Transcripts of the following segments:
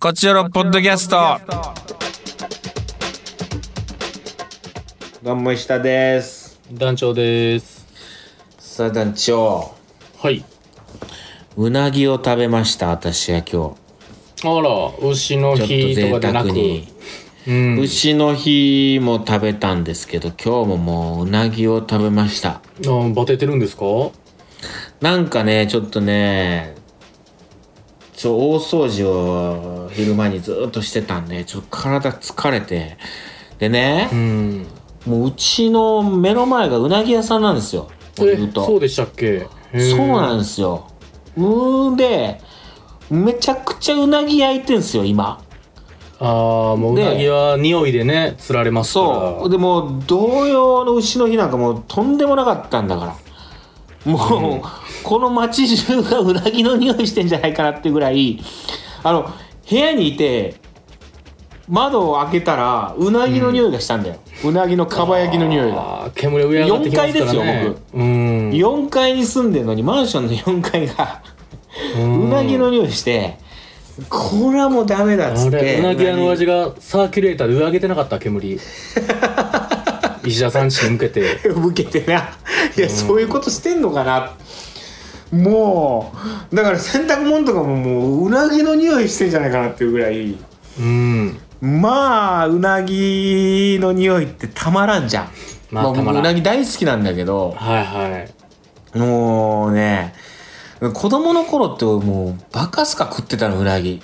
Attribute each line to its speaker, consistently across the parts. Speaker 1: こちらのポッドキャスト。
Speaker 2: どうも石田です。
Speaker 3: 団長です。
Speaker 2: さあ団長、
Speaker 3: はい。
Speaker 2: うなぎを食べました、私は今日。ちょ
Speaker 3: あら、牛の
Speaker 2: っと
Speaker 3: 日と
Speaker 2: 贅
Speaker 3: かでな
Speaker 2: 沢
Speaker 3: く。
Speaker 2: に。
Speaker 3: うん。
Speaker 2: 牛の日も食べたんですけど、今日ももううなぎを食べました。
Speaker 3: あバテてるんですか
Speaker 2: なんかね、ちょっとね、ちょ、大掃除を昼間にずっとしてたんで、ちょっと体疲れて。でね
Speaker 3: う、ん。
Speaker 2: もううちの目の前がうなぎ屋さんなんですよ。もう
Speaker 3: え
Speaker 2: ずっ、と
Speaker 3: そうでしたっけ
Speaker 2: そう
Speaker 3: の
Speaker 2: なんですよ。うーんで、めちゃくちゃうなぎ焼いてんすよ、今。
Speaker 3: ああ、もうう
Speaker 2: で
Speaker 3: なぎは匂いでね、釣られますから。
Speaker 2: そう。でも、同様の牛の日なんかもうとんでもなかったんだから。もう、この街中がうなぎの匂いしてんじゃないかなっていうぐらい、あの、部屋にいて、窓を開けたら、うなぎの匂いがしたんだよ。うなぎのかば焼きの匂いが。
Speaker 3: あー煙が上上がってきますからね。
Speaker 2: 四階ですよ
Speaker 3: 僕。うん。
Speaker 2: 4階に住んでるのに、マンションの4階が、
Speaker 3: ん
Speaker 2: うなぎの匂いして、これはもうダメだっつ
Speaker 3: あ
Speaker 2: って。
Speaker 3: れ、うなぎ屋の味がサーキュレーターで上上げてなかった、 煙。石田さんちに向けて。
Speaker 2: うなぎ向けてな。いや、そういうことしてんのかな。もう、だから洗濯物とかももう、うなぎの匂いしてんじゃないかなっていうぐらい、
Speaker 3: うん。
Speaker 2: まあ、うなぎの匂いってたまらんじゃん。
Speaker 3: まあたまらん
Speaker 2: うなぎ大好きなんだけど、
Speaker 3: はいはい。
Speaker 2: もうね、子供の頃ってもう、バカすか食ってたの、うなぎ。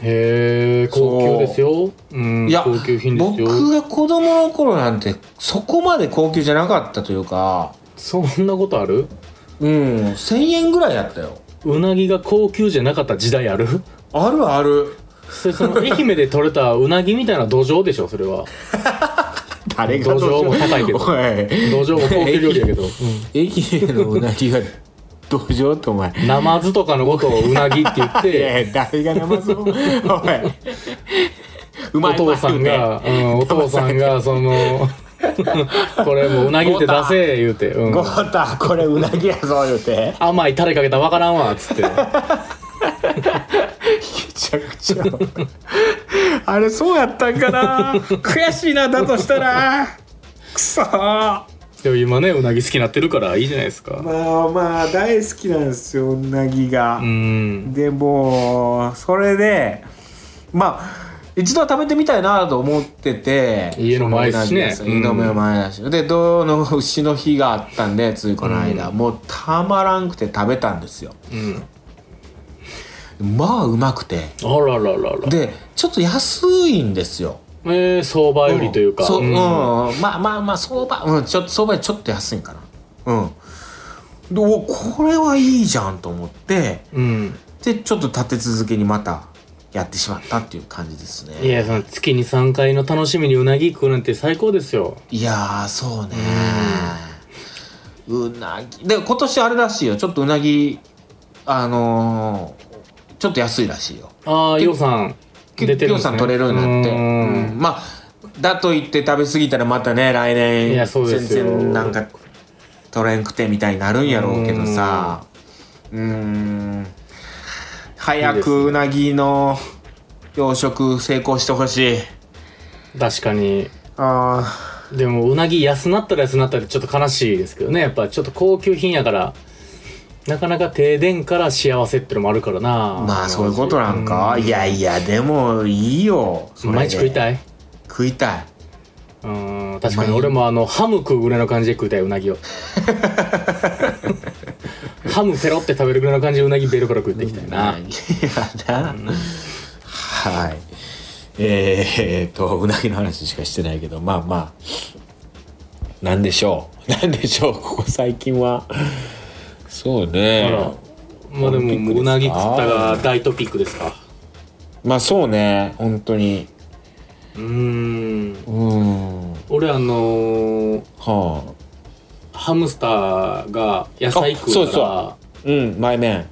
Speaker 3: へえ、高級ですよ。うん。
Speaker 2: いや
Speaker 3: 高級品ですよ。
Speaker 2: 僕が子供の頃なんてそこまで高級じゃなかったというか
Speaker 3: そんなことある
Speaker 2: うん1000円ぐらいやったよ
Speaker 3: うなぎが高級じゃなかった時代ある
Speaker 2: あるある
Speaker 3: それその愛媛で取れたうなぎみたいな土壌でしょそれは
Speaker 2: 誰
Speaker 3: 土壌も高いけど
Speaker 2: おい
Speaker 3: 土壌も高級料理やけど、
Speaker 2: 愛媛のうなぎが土壌ってお前
Speaker 3: うん、ナマズとかのことをうなぎって言っ
Speaker 2: いや
Speaker 3: て
Speaker 2: いや誰が生そうおいうま
Speaker 3: お
Speaker 2: いうま
Speaker 3: 父
Speaker 2: い
Speaker 3: さん が、うん、お父さんがその これもううなぎって出せ言うて、う
Speaker 2: ゴ
Speaker 3: ん、
Speaker 2: ータこれうなぎやぞ言うて
Speaker 3: 甘いタレかけたらわからんわっつって
Speaker 2: めちゃくちゃあれそうやったんかな悔しいなだとした らくそー
Speaker 3: でも今ねうなぎ好きになってるからいいじゃないですか
Speaker 2: まあまあ大好きなんですようなぎが
Speaker 3: う、ん
Speaker 2: でもうそれでまあ一度は食べてみたいなと思ってて
Speaker 3: 家の前ですしね
Speaker 2: そのうなぎ屋さん
Speaker 3: うん
Speaker 2: 家の前だし、でどの牛の日があったんでついこの間、もうたまらんくて食べたんですよ
Speaker 3: うん
Speaker 2: まあうまくて
Speaker 3: あらららら
Speaker 2: でちょっと安いんですよ
Speaker 3: えー、相場よりというか
Speaker 2: そう、うんん、まあまあまあ相場、うん、ちょっと相場よりちょっと安いんかなうんでおこれはいいじゃんと思って
Speaker 3: うん
Speaker 2: でちょっと立て続けにまたやってしまったっていう感じですね
Speaker 3: いや、その月に3回の楽しみにうなぎ食うなんて最高ですよ。
Speaker 2: いやーそうねうなぎで今年あれらしいよちょっとうなぎあのーちょっと安いらしいよ
Speaker 3: ああ、ようさん、
Speaker 2: 結
Speaker 3: 出てる
Speaker 2: 局
Speaker 3: んです、ね。
Speaker 2: さん取れるようになって
Speaker 3: うーん
Speaker 2: うんまあだと言って食べ過ぎたらまたね来
Speaker 3: い
Speaker 2: 年
Speaker 3: やそうで
Speaker 2: 全
Speaker 3: すよ
Speaker 2: 然なんか取れんくてみたいになるんやろうけどさうーん早
Speaker 3: いいですね
Speaker 2: くうなぎの養殖成功してほしい
Speaker 3: 確かに。
Speaker 2: あ
Speaker 3: でも、うなぎ安なったら安なったらちょっと悲しいですけどね。やっぱちょっと高級品やから、なかなか停電から幸せってのもあるからな。
Speaker 2: あまあそういうことなんか、いやいやでもいいよそれで
Speaker 3: 毎日食いたい
Speaker 2: 食いたい
Speaker 3: うん、確かに俺もあの、ハム食うぐらいの感じで食いたい、う なぎを。ハムペロって食べるぐらいの感じでうなぎベロから食っていきたいな。
Speaker 2: いやな、はいえー、えーっとうなぎの話しかしてないけどまあまあなんでしょう なんでしょうここ最近はそう
Speaker 3: あ
Speaker 2: ね
Speaker 3: ら、まあで
Speaker 2: オリンピックですか
Speaker 3: も、うなぎ食ったが大トピックですか。
Speaker 2: まあそうね本当に
Speaker 3: うーん。
Speaker 2: うん
Speaker 3: 俺あのー
Speaker 2: は
Speaker 3: ハムスターが野菜食うから、そ
Speaker 2: ああうん前面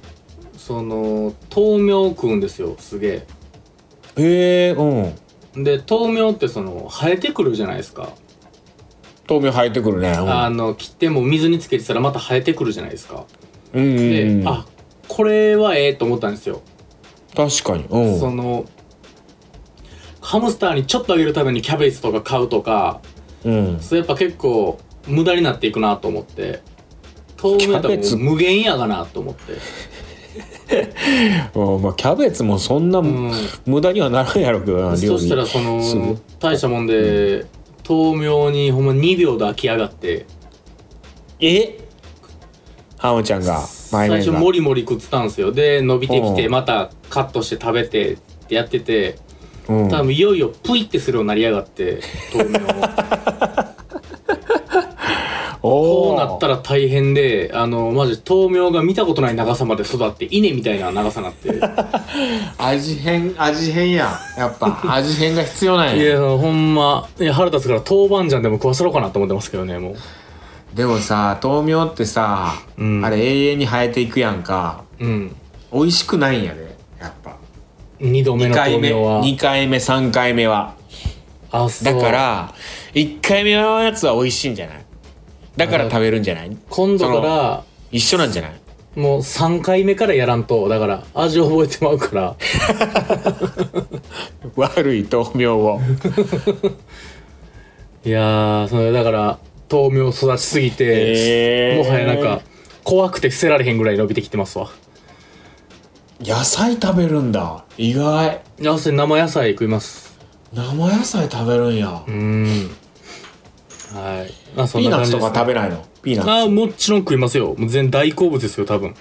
Speaker 3: の、豆苗食うんですよ、すげ
Speaker 2: へえうん
Speaker 3: え。で、豆苗ってその、生えてくるじゃないですか。
Speaker 2: 豆苗生えてくるねうん
Speaker 3: あの、切っても水につけてたらまた生えてくるじゃないですか。
Speaker 2: うんうん
Speaker 3: で
Speaker 2: う、ん
Speaker 3: あ、これはええと思ったんですよ。
Speaker 2: 確かにうん
Speaker 3: その、ハムスターにちょっとあげるためにキャベツとか買うとか
Speaker 2: うん。
Speaker 3: それやっぱ結構無駄になっていくなと思って透明
Speaker 2: キャベツ
Speaker 3: と無限やがなと思って
Speaker 2: うんまあ、キャベツもそんな
Speaker 3: うん
Speaker 2: 無駄にはならんやろうけどな、料
Speaker 3: そ
Speaker 2: 理。
Speaker 3: したらそ
Speaker 2: す
Speaker 3: の
Speaker 2: ぐ
Speaker 3: 大したもんで豆苗にほんま2秒で飽きやがって
Speaker 2: えハムちゃんが、前
Speaker 3: 最
Speaker 2: 面
Speaker 3: 初
Speaker 2: が。
Speaker 3: モリモリ食ってたんですよで伸びてきて
Speaker 2: うん
Speaker 3: またカットして食べてってやってて
Speaker 2: うん
Speaker 3: 多分いよいよプイってするようになりやがって豆苗 こうなったら大変であのマジ豆苗が見たことない長さまで育って稲みたいな長さになってい
Speaker 2: 味変、味変や。やっ ぱ、味変が必要なんや。
Speaker 3: やほんまいや腹立つから豆板醤でも食わせろかなと思ってますけどねも
Speaker 2: でもさ、豆苗ってさ、
Speaker 3: うん
Speaker 2: あれ永遠に生えていくやんか。
Speaker 3: ううん
Speaker 2: 美味しくないんやで、やっぱ。
Speaker 3: 2度目
Speaker 2: 2
Speaker 3: の豆
Speaker 2: 回目、
Speaker 3: 苗は
Speaker 2: 2回目、3回目は。
Speaker 3: あそう
Speaker 2: だから、1回目のやつは美味しいんじゃないだから食べるんじゃない
Speaker 3: 今度から
Speaker 2: 一緒なんじゃない
Speaker 3: もう3回目からやらんとだから味覚えてまうから
Speaker 2: 悪い豆苗を。
Speaker 3: いやーそれだから豆苗育ちすぎて、
Speaker 2: へー
Speaker 3: もはやなんか怖くて捨てられへんぐらい伸びてきてますわ
Speaker 2: 野菜食べるんだ。意外。
Speaker 3: 合わせ生野菜食います
Speaker 2: 生野菜食べるんや
Speaker 3: う。ーんはいまあそん
Speaker 2: ピー
Speaker 3: な
Speaker 2: ナッツ
Speaker 3: 感じ
Speaker 2: と
Speaker 3: です、ね、
Speaker 2: か食べないのピーナッツ。
Speaker 3: あーもちろん食いますよもう全大好物ですよ多分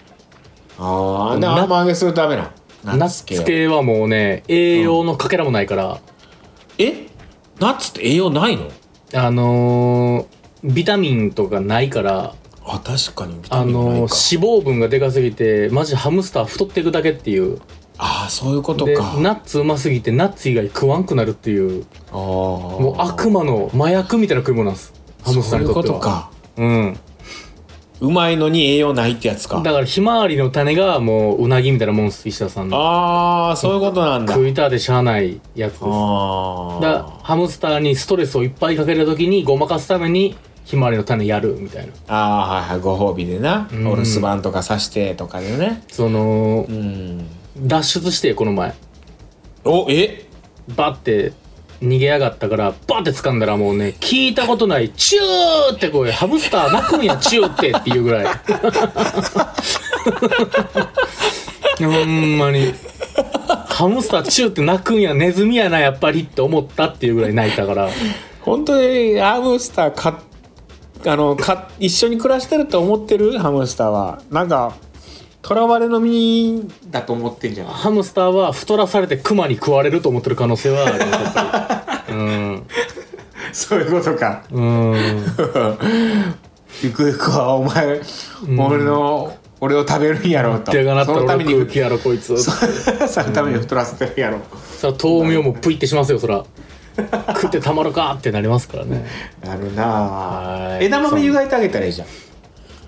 Speaker 2: ああ、で、
Speaker 3: ナッ
Speaker 2: 甘揚げするためな。
Speaker 3: ナッツ。系はもうね栄養のかけらもないから、
Speaker 2: えナッツって栄養ないの
Speaker 3: あのービタミンとかないから
Speaker 2: あ、確かにビタ
Speaker 3: あ
Speaker 2: ミンがない
Speaker 3: の
Speaker 2: か。
Speaker 3: ー脂肪分がでかすぎてマジハムスター太っていくだけっていう
Speaker 2: ああ、そういうこと
Speaker 3: で
Speaker 2: か。
Speaker 3: ナッツうますぎてナッツ以外食わんくなるっていうも
Speaker 2: も
Speaker 3: う悪魔の麻薬みたいな食い物なんですハムスタ
Speaker 2: そ
Speaker 3: ー
Speaker 2: うい
Speaker 3: に
Speaker 2: う
Speaker 3: と
Speaker 2: こ
Speaker 3: って
Speaker 2: と
Speaker 3: は
Speaker 2: か。
Speaker 3: うん
Speaker 2: うまいのに栄養ないってやつか
Speaker 3: だ。からひまわりの種がもううなぎみたいなもんです石田さんの
Speaker 2: ああ、そういうことなんだ。
Speaker 3: 食いたでしゃあないやつです
Speaker 2: あ
Speaker 3: だハムスターにストレスをいっぱいかけるときにごまかすためにひまわりの種やるみたいな
Speaker 2: あ。ああ、はいはい。ご褒美でな。
Speaker 3: うん
Speaker 2: お留守番とかさしてとかでね。
Speaker 3: その
Speaker 2: うん。
Speaker 3: 脱出してこの前
Speaker 2: お、え
Speaker 3: バッて逃げやがったからバッて掴んだらもうね聞いたことない「チュー!」って声ハムスター泣くんや「チュー!」ってっていうぐらい ほんまにハムスターチューって泣くんやネズミやなやっぱりって思ったっていうぐらい泣いたから
Speaker 2: 本当にハムスターかあのか一緒に暮らしてると思ってるハムスターはなんか囚われの身だと思ってんじゃない
Speaker 3: ハムスターは太らされてクマに食われると思ってる可能性はある よやっぱりうん
Speaker 2: そういうことか
Speaker 3: うん
Speaker 2: ゆくゆくはお前、俺の俺を食べるんやろうと
Speaker 3: 手がなった
Speaker 2: そ
Speaker 3: ら
Speaker 2: のため
Speaker 3: 俺
Speaker 2: に
Speaker 3: 空気やろこいつ
Speaker 2: そ そのために太らせてるやろう、
Speaker 3: さあ豆苗もプイってしますよそら食ってたまるかってなりますからね
Speaker 2: なるな
Speaker 3: は
Speaker 2: あ
Speaker 3: い
Speaker 2: 枝豆湯がいてあげたらいいじゃん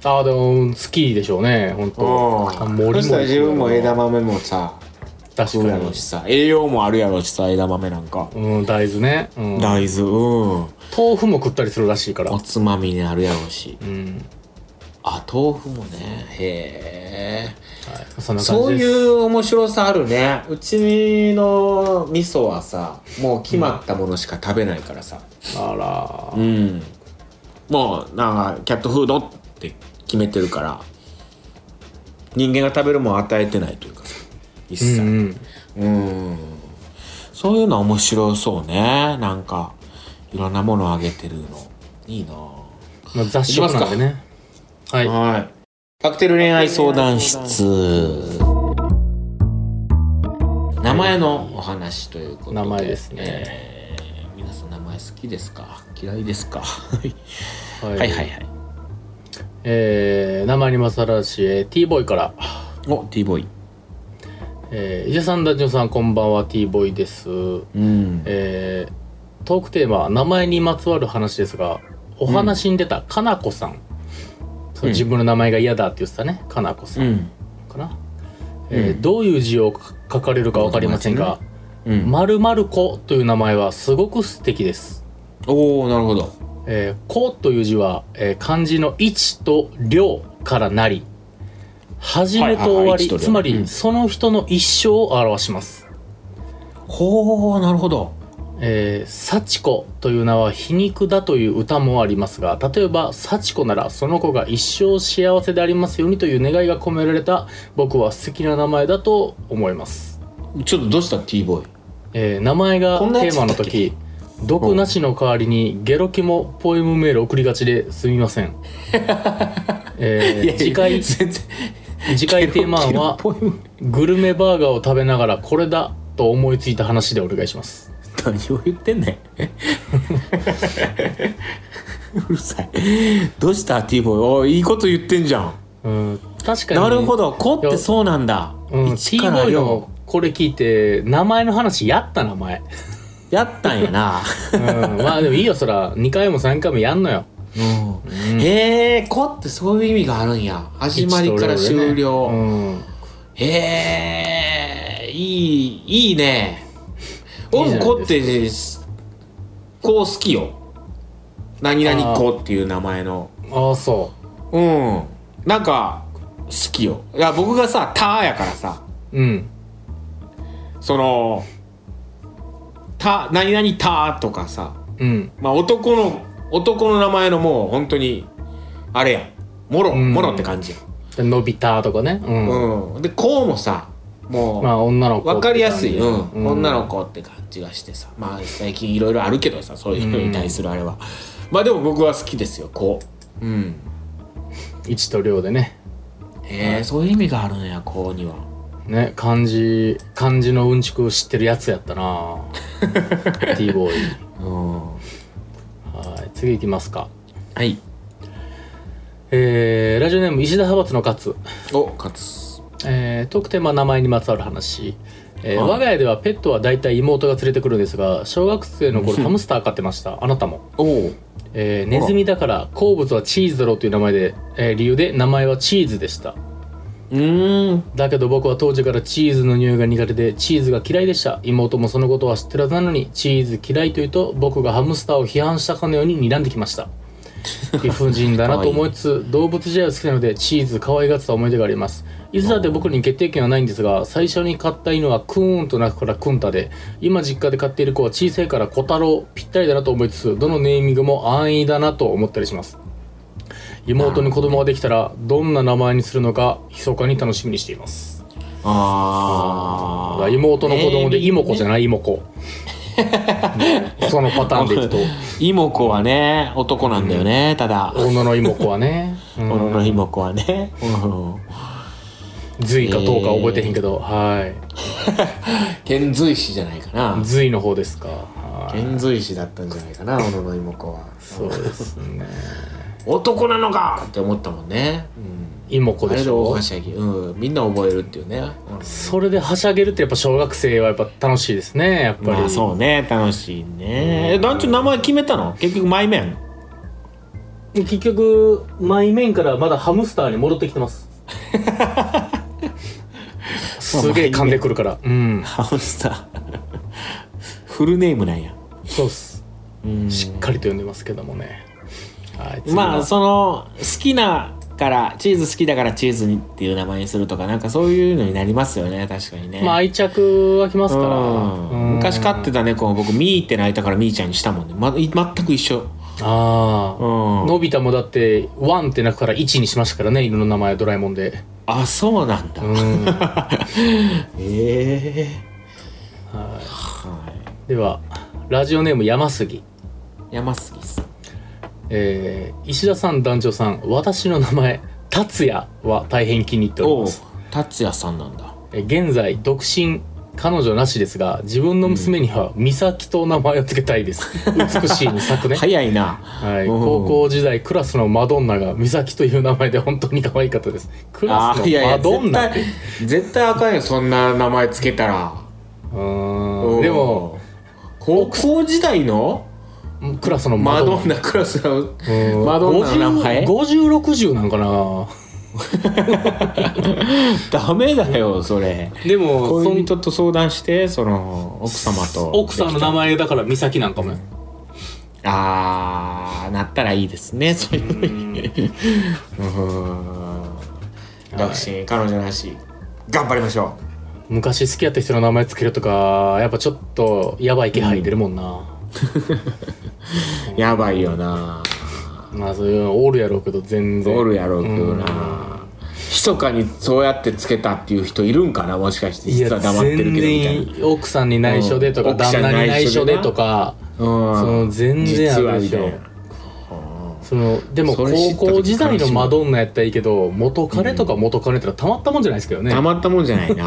Speaker 3: ああでも好きでしょうね本当あ
Speaker 2: うんそしたら自分も枝
Speaker 3: も
Speaker 2: 豆もさ
Speaker 3: 確
Speaker 2: 食う
Speaker 3: か
Speaker 2: や
Speaker 3: に
Speaker 2: ろしさ栄養もあるやろしさ枝豆なんか、
Speaker 3: うん大豆ね、うん、
Speaker 2: 大豆うん
Speaker 3: 豆腐も食ったりするらしいから
Speaker 2: おつまみになるやろうし
Speaker 3: うん、
Speaker 2: あ豆腐もねへ
Speaker 3: はい、そ
Speaker 2: え
Speaker 3: んな
Speaker 2: そ
Speaker 3: 感
Speaker 2: う
Speaker 3: じ
Speaker 2: い
Speaker 3: です
Speaker 2: う面白さあるねうちの味噌はさもう決まったものしか食べないからさ
Speaker 3: あ
Speaker 2: うん、もうなんかキャットフードって決めてるから人間が食べるもん与えてないというかさ一
Speaker 3: ら
Speaker 2: 切
Speaker 3: うん、うん、
Speaker 2: うんそういうのは面白そうねなんかいろんなものあげてるのいいなぁ
Speaker 3: まあ、雑誌なんでねはい
Speaker 2: はい。カクテル恋愛相談室。名前のお話ということで。
Speaker 3: 名前ですね
Speaker 2: えー。皆さん名前好きですか嫌いですかはい
Speaker 3: はい
Speaker 2: はいはいはい。
Speaker 3: えー、名前にまさらし、えー、T ボーイから
Speaker 2: お、T ボーイ。
Speaker 3: えー、伊勢さん、ダジオさん、こんばんは、T ボーイです。
Speaker 2: うん。
Speaker 3: えー、トークテーマは名前にまつわる話ですが、お話に出たかなこさん。そ
Speaker 2: う
Speaker 3: う
Speaker 2: ん
Speaker 3: 自分の名前が嫌だって言ってたね、かなこさ
Speaker 2: うんん。
Speaker 3: かな。えー
Speaker 2: うん
Speaker 3: どういう字を書書かれるかわかりませんが、
Speaker 2: うん。
Speaker 3: まるまる子という名前はすごく素敵です。
Speaker 2: おおなるほど。
Speaker 3: えー、子という字は、えー漢字の一と量からなり、始めと終
Speaker 2: はいは
Speaker 3: わ
Speaker 2: いはい一
Speaker 3: り、
Speaker 2: と量
Speaker 3: つま
Speaker 2: う
Speaker 3: り
Speaker 2: ん
Speaker 3: その人の一生を表します。
Speaker 2: ほうなるほど。
Speaker 3: えー、幸子という名は皮肉だという歌もありますが、例えば幸子ならその子が一生幸せでありますようにという願いが込められた僕は素敵な名前だと思います。
Speaker 2: ちょっとどうした ?T ボーイ。
Speaker 3: えー名前が
Speaker 2: こんなや
Speaker 3: テ
Speaker 2: つ
Speaker 3: ーマの時、毒なしの代わりにゲロキもポエムメール送りがちですみません。 えー
Speaker 2: いやいや
Speaker 3: 次回、
Speaker 2: 全然
Speaker 3: 次回テーマ案は
Speaker 2: ポエム
Speaker 3: グルメバーガーを食べながらこれだと思いついた話でお願いします。
Speaker 2: 何を言ってんね んうるさいどうした T ボーイおいいいこと言ってんじゃん、
Speaker 3: うん、確かに。
Speaker 2: なるほど「こ」ってそうなんだ
Speaker 3: うん、
Speaker 2: 一
Speaker 3: T
Speaker 2: か
Speaker 3: ボ
Speaker 2: ら
Speaker 3: ーイ
Speaker 2: よ
Speaker 3: のこれ聞いて名前の話やった名前、
Speaker 2: やったんや な、
Speaker 3: うん、まあでもいいよそら2回も3回もやんのよ
Speaker 2: うん、へえ「こ」ってそういう意味があるんや始まりから終了、
Speaker 3: うん、
Speaker 2: へえいいいいね
Speaker 3: いいじ
Speaker 2: 俺も
Speaker 3: ゃない
Speaker 2: こってこう好きよ何々こっていう名前の
Speaker 3: ああそ
Speaker 2: うんなんか好きよいや僕がさ「た」やからさ
Speaker 3: ううん
Speaker 2: その「た」「何々た」とかさ
Speaker 3: うん
Speaker 2: まあ男の男の名前のもう本当にあれやもろ
Speaker 3: うん
Speaker 2: もろって感じや
Speaker 3: で伸びたとかねうん、
Speaker 2: うん、で「こう」もさもう、
Speaker 3: まあ女の子
Speaker 2: わかりやすい、
Speaker 3: って
Speaker 2: う
Speaker 3: 感
Speaker 2: ん
Speaker 3: じ
Speaker 2: 女の子って感じがしてさまあ最近いろいろあるけどさそういう人に対するあれは、まあでも僕は好きですよこううん
Speaker 3: 一と量でね
Speaker 2: へえ、そういう意味があるんやこうには
Speaker 3: ね漢字漢字のうんちくを知ってるやつやったな T ボーイ
Speaker 2: うん
Speaker 3: はい次いきますか
Speaker 2: はい
Speaker 3: えー、ラジオネーム石田派閥の勝
Speaker 2: お勝つ
Speaker 3: えー、特典は名前にまつわる話、えー
Speaker 2: はい
Speaker 3: 我が家ではペットは大体妹が連れてくるんですが小学生の頃ハムスター飼ってましたあなたも、
Speaker 2: おお
Speaker 3: えーネズミだから好物はチーズだろうという名前で、えー理由で名前はチーズでした
Speaker 2: うん
Speaker 3: だけど僕は当時からチーズの匂いが苦手でチーズが嫌いでした妹もそのことは知ってるはずなのにチーズ嫌いというと僕がハムスターを批判したかのように睨んできました理不尽だなと思いつつ動物自体は好きなのでチーズ可愛がってた思い出がありますいつだって僕に決定権はないんですが最初に買った犬はクーンと鳴くからクンタで今実家で飼っている子は小さいから小太郎ぴったりだなと思いつつどのネーミングも安易だなと思ったりします妹に子供ができたらどんな名前にするのか密かに楽しみにしています
Speaker 2: ああ
Speaker 3: 妹の子供で、妹子じゃ
Speaker 2: ない
Speaker 3: ない妹子そのパターンでい くと
Speaker 2: 妹子はね男なんだよね、ただ
Speaker 3: 小野の妹子はね、う
Speaker 2: 小野の
Speaker 3: ん、
Speaker 2: 妹子はね、うん、
Speaker 3: 隋か唐か覚えてへんけど、
Speaker 2: 遣隋使じゃないか
Speaker 3: は
Speaker 2: ない
Speaker 3: 隋の方ですかはい
Speaker 2: 遣隋使だったんじゃないかな小野の妹子は
Speaker 3: そうですね
Speaker 2: 男なのかって思ったもんね、
Speaker 3: 妹
Speaker 2: う
Speaker 3: 子
Speaker 2: ん、あ
Speaker 3: で
Speaker 2: れ
Speaker 3: し
Speaker 2: で大
Speaker 3: ょ
Speaker 2: はしゃぎ、うん、みんな覚えるっていうね、
Speaker 3: それではしゃげるってやっぱ小学生はやっぱ楽しいですねやっぱり、
Speaker 2: うね楽しいねえ団長名前決めたの結局マイメン
Speaker 3: 結局前面からまだハムスターに戻ってきてます すげえ噛んでくるからうん
Speaker 2: ハムスター フルネームなんや
Speaker 3: そうっす
Speaker 2: うん
Speaker 3: しっかりと読んでますけどもね。はい、次は
Speaker 2: まあその好きなからチーズ好きだからチーズにっていう名前にするとかなんかそういうのになりますよね確かにね
Speaker 3: まあ愛着はきますから。
Speaker 2: うん昔飼って
Speaker 3: た。
Speaker 2: た猫を僕ミーって鳴いたからミーちゃんにしたもんね、ま、い全く一緒
Speaker 3: ああ。
Speaker 2: うん
Speaker 3: のび太もだってワンってなくから1にしましたからね犬の名前はドラえもんで、
Speaker 2: あそうなんだ、
Speaker 3: うん は
Speaker 2: ええ
Speaker 3: い、ではラジオネーム山杉、
Speaker 2: 山杉さん
Speaker 3: えー石田さん団長さん私の名前達也は大変気に入っており
Speaker 2: おう
Speaker 3: ます
Speaker 2: 達也さんなんだ
Speaker 3: え現在独身彼女なしですが自分の娘には美咲と名前を付けたいです、美しい美咲ね
Speaker 2: 早いな
Speaker 3: はい、
Speaker 2: うん
Speaker 3: 高校時代クラスのマドンナが美咲という名前で本当に可愛かったですクラ
Speaker 2: あ
Speaker 3: ス
Speaker 2: いやい
Speaker 3: の
Speaker 2: や
Speaker 3: マドン
Speaker 2: 絶
Speaker 3: ナって
Speaker 2: 対絶対あかんよそんな名前つけたら
Speaker 3: うーんでも
Speaker 2: 高校時代の
Speaker 3: クラスのマ
Speaker 2: マ
Speaker 3: ド
Speaker 2: ドン
Speaker 3: ンナ
Speaker 2: ナクラスの
Speaker 3: うん
Speaker 2: マドンナの名前
Speaker 3: 5060なんかな
Speaker 2: ダメだよそれ
Speaker 3: でもそ
Speaker 2: 恋
Speaker 3: ん
Speaker 2: 人と相談してその奥様と
Speaker 3: 奥さんの名前だから美咲なんかも
Speaker 2: ああなったらいいですねそういうのにうーん独身、彼女なし頑張りましょう
Speaker 3: 昔好きやった人の名前つけるとかやっぱちょっとやばい気配出るもんな、
Speaker 2: やばいよな
Speaker 3: まあそういうのおるやろうけど全然
Speaker 2: おるやろうけど
Speaker 3: うん
Speaker 2: な密かにそうやってつけたっていう人いるんかなもしかして
Speaker 3: いや
Speaker 2: 実は黙ってるけどみたい
Speaker 3: 全然奥さんに内緒でとか、
Speaker 2: うん
Speaker 3: 旦那に内緒
Speaker 2: 奥さんに内緒
Speaker 3: で
Speaker 2: でな
Speaker 3: とか、
Speaker 2: な
Speaker 3: そ
Speaker 2: うん
Speaker 3: の全然あ
Speaker 2: 実は
Speaker 3: るで
Speaker 2: み
Speaker 3: したょ
Speaker 2: いな
Speaker 3: そのでも
Speaker 2: それ知った時
Speaker 3: 高校時代のマドンナやったらいいけど元彼とか元彼ってのはたまったもんじゃないですけどね、
Speaker 2: たまったもんじゃないな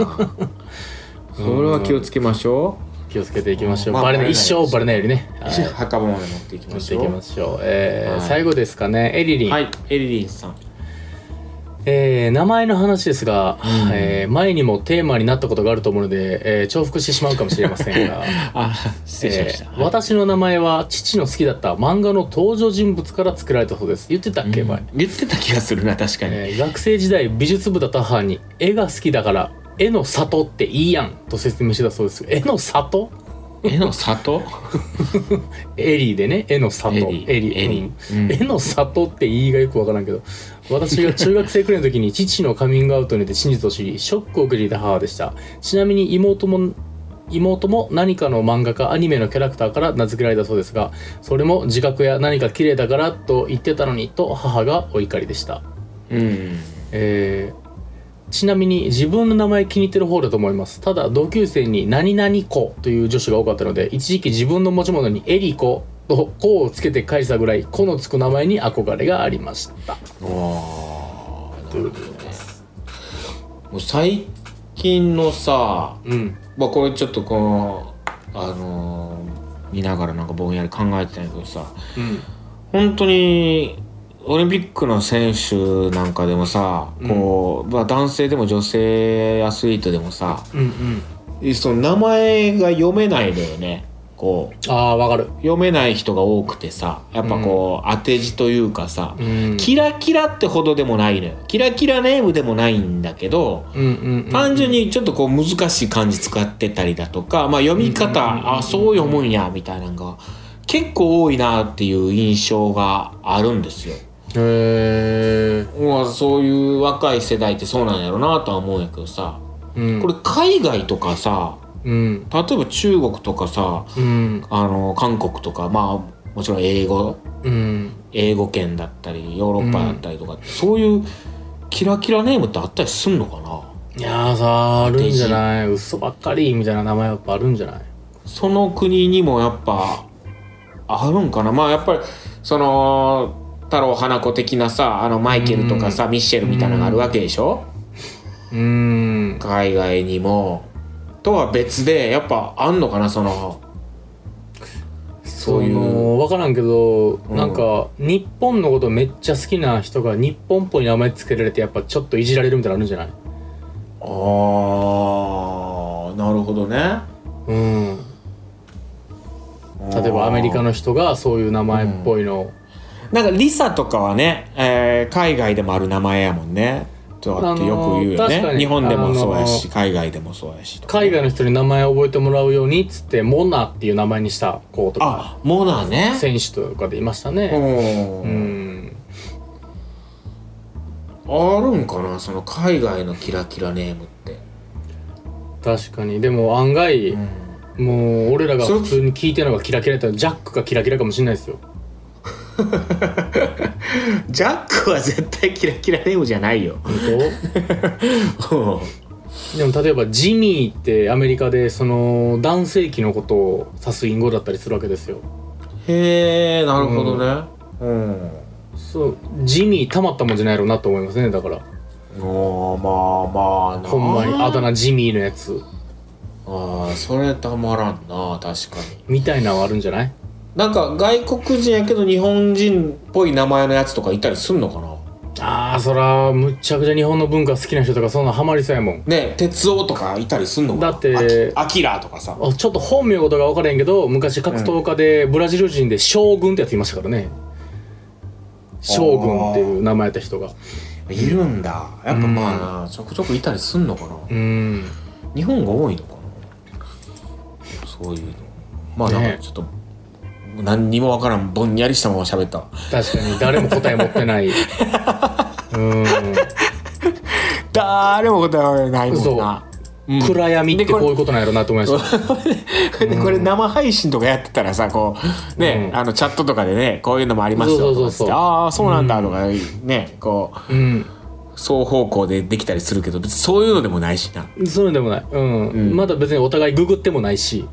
Speaker 2: それは気をつけましょ
Speaker 3: 気をつけていきましょう、
Speaker 2: まあ
Speaker 3: バレな
Speaker 2: バレないい
Speaker 3: 一生バレないようにね
Speaker 2: う、
Speaker 3: はい
Speaker 2: 墓場まで持っていき
Speaker 3: 持
Speaker 2: ま
Speaker 3: って
Speaker 2: し
Speaker 3: い
Speaker 2: ょ
Speaker 3: き
Speaker 2: う
Speaker 3: ましょう、えー
Speaker 2: はい
Speaker 3: 最後ですかねエリリン、
Speaker 2: はいエリリンさん
Speaker 3: えー名前の話ですが、えー前にもテーマになったことがあると思うので、えー重複してしまうかもしれませんが
Speaker 2: あ 失礼しました、
Speaker 3: えー
Speaker 2: はい
Speaker 3: 私の名前は父の好きだった漫画の登場人物から作られたそうです言ってたっけ、前、
Speaker 2: 言ってた気がするな確かに、
Speaker 3: えー学生時代美術部だった母に絵が好きだから絵の里っていいやんと説明してたそうです絵の里
Speaker 2: 絵の里
Speaker 3: エリーでね絵の里
Speaker 2: エリーエリー
Speaker 3: うん
Speaker 2: うん
Speaker 3: 絵の里って言いがよくわからんけど私が中学生くらいの時に父のカミングアウトによって真実を知りショックを受けていた母でしたちなみに妹も妹も何かの漫画かアニメのキャラクターから名付けられたそうですがそれも自覚や何か綺麗だからと言ってたのにと母がお怒りでした
Speaker 2: うん
Speaker 3: えーちなみに自分の名前気に入ってる方だと思いますただ同級生に「何々子」という女子が多かったので一時期自分の持ち物に「エリコ」と「子」をつけて返したぐらい「子」のつく名前に憧れがありました
Speaker 2: おー
Speaker 3: ということです
Speaker 2: もう最近のさ
Speaker 3: うん
Speaker 2: まあこれちょっとこのあのー見ながらなんかぼんやり考えてたんやけどさ
Speaker 3: うん
Speaker 2: 本当にオリンピックの選手なんかでもさこう、まあ、男性でも女性アスリートでもさ
Speaker 3: うんうん
Speaker 2: その名前が読めないのよねこう
Speaker 3: ああわかる
Speaker 2: 読めない人が多くてさやっぱこう、当て字というかさ、
Speaker 3: うん
Speaker 2: キラキラってほどでもないのよキラキラネームでもないんだけど、
Speaker 3: うんうんうん
Speaker 2: 単純にちょっとこう難しい漢字使ってたりだとか、まあ、読み方、あそう読むんやみたいなのが結構多いなっていう印象があるんですよ。
Speaker 3: へえ
Speaker 2: まあ、そういう若い世代ってそうなんやろなとは思うんやけどさ
Speaker 3: うん
Speaker 2: これ海外とかさ
Speaker 3: うん
Speaker 2: 例えば中国とかさ
Speaker 3: うん
Speaker 2: あの韓国とかまあもちろん英語
Speaker 3: うん
Speaker 2: 英語圏だったりヨーロッパだったりとか、そういうキラキラネームってあったりすんのかない
Speaker 3: やーさあるんじゃない嘘ばっかりみたいな名前やっぱあるんじゃない
Speaker 2: その国にもやっぱあるんかなまあやっぱりその太郎花子的なさあのマイケルとかさ、ミッシェルみたいなのがあるわけでしょ、
Speaker 3: うん
Speaker 2: 海外にもとは別でやっぱあんのかなそのそういう
Speaker 3: の分からんけど、
Speaker 2: うん
Speaker 3: なんか日本のことめっちゃ好きな人が日本っぽい名前つけられてやっぱちょっといじられるみたいなのあるんじゃない
Speaker 2: あーなるほどね
Speaker 3: うん例えばアメリカの人がそういう名前っぽいの、
Speaker 2: なんかリサとかはね、えー海外でもある名前やもんね。とかってよく言うよ
Speaker 3: あのー確か
Speaker 2: ね。
Speaker 3: に
Speaker 2: 日本でもそうや
Speaker 3: あ
Speaker 2: し、
Speaker 3: の
Speaker 2: 海外でもそうやしとかね、
Speaker 3: 海外の人に名前を覚えてもらうようにっつってモナっていう名前にした子とか
Speaker 2: あ、モナね。
Speaker 3: 選手とかでいました
Speaker 2: う。
Speaker 3: ねうんん
Speaker 2: あるんかなその海外のキラキラネームって。
Speaker 3: 確かにでも案外、もう俺らが普通に聞いてるのがキラキラやったらジャックがキラキラかもしれないですよ
Speaker 2: ジャックは絶対キラキラネームじゃないよ。
Speaker 3: 本当でも例えばジミーってアメリカでその男性器のことを指す隠語だったりするわけですよ
Speaker 2: へえ、なるほどね。うん。
Speaker 3: そうジミーたまったもんじゃないやろうなと思いますねだから
Speaker 2: おーまあまあな
Speaker 3: ほんまにあだ名ジミーのやつ
Speaker 2: ああそれたまらんな確かに
Speaker 3: みたいなのはあるんじゃない
Speaker 2: なんか外国人やけど日本人っぽい名前のやつとかいたりすんのかな
Speaker 3: あーそらむっちゃくちゃ日本の文化好きな人とかそんなんハマりそうやもん
Speaker 2: ね哲夫とかいたりすんのかな
Speaker 3: だって
Speaker 2: あきアキラとかさ
Speaker 3: あちょっと本名ことが分からへんけど昔格闘家でブラジル人で将軍ってやついましたからね将軍っていう名前やった人が
Speaker 2: いるんだやっぱまあなちょくちょくいたりすんのかな
Speaker 3: うん
Speaker 2: 日本が多いのかなそういうのまあなん
Speaker 3: ね
Speaker 2: かちょっと、何にもわからんぼんやりしたまま喋ったわ
Speaker 3: 確かに誰も答え持ってないうん
Speaker 2: 誰も答えられないもん
Speaker 3: 嘘
Speaker 2: な うん
Speaker 3: 暗闇って
Speaker 2: でこれ
Speaker 3: こういうことなんやろなと思いました。
Speaker 2: でこれ生配信とかやってたらさこうね、
Speaker 3: うん
Speaker 2: あのチャットとかでねこういうのもありますよ
Speaker 3: そう
Speaker 2: と
Speaker 3: そ
Speaker 2: か
Speaker 3: う
Speaker 2: っ
Speaker 3: そ
Speaker 2: つ
Speaker 3: うそう
Speaker 2: ってああそうなんだとかねこう
Speaker 3: うん。
Speaker 2: 双方向でできたりするけど別にそういうのでもないしな
Speaker 3: そういうのでもない。うん。
Speaker 2: ん
Speaker 3: まだ別にお互いググってもな いし、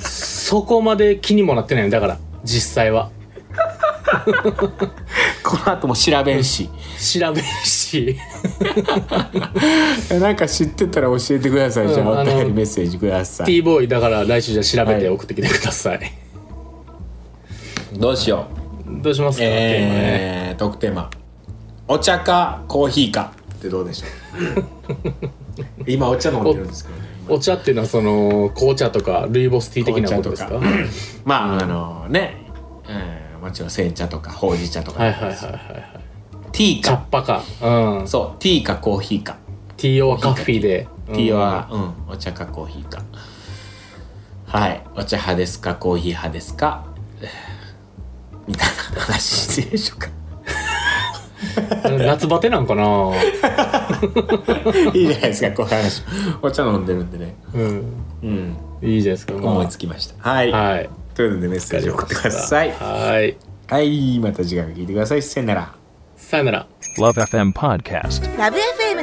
Speaker 3: そこまで気にもなってないのだから、実際は。
Speaker 2: この後も調べんし
Speaker 3: 調べるし、
Speaker 2: なんか知ってたら教えてくださいじゃあ
Speaker 3: うんあ
Speaker 2: お
Speaker 3: の
Speaker 2: 便りメッセージください
Speaker 3: T ボーイだから来週じゃあ調べて送ってきてください。
Speaker 2: どうしよ
Speaker 3: どうします
Speaker 2: う
Speaker 3: か、テーマ
Speaker 2: え
Speaker 3: ね
Speaker 2: ー、トークテーマお茶かコーヒーかってどうでしょ う今お茶飲んでるんですけどね
Speaker 3: お茶っていうのはその、紅茶とかルイボスティー的なことですか
Speaker 2: 紅 茶まあ、あのね、うん、もちろん煎茶とかほうじ茶とか、
Speaker 3: はいはいはいはいはい。
Speaker 2: ティー
Speaker 3: 茶
Speaker 2: か
Speaker 3: っ葉か。うん。
Speaker 2: そうティーかコーヒーか、
Speaker 3: ティーオーカフィーで。
Speaker 2: ティーは、うん、お茶かコーヒーかはいお茶派ですかコーヒー派ですか みたいな話でしょう か
Speaker 3: うん夏バテなんかな
Speaker 2: いいじゃないですかこういう話お茶飲んでるんでね
Speaker 3: うん。
Speaker 2: うん
Speaker 3: いいじゃないですか。まあ
Speaker 2: 思いつきましたはい、
Speaker 3: はい。
Speaker 2: というのでメッセージ送ってください
Speaker 3: はい。
Speaker 2: はいまた次回も聞いてくださいせんなら
Speaker 3: さよなら。
Speaker 1: Love FM Podcast.
Speaker 4: ラブ f m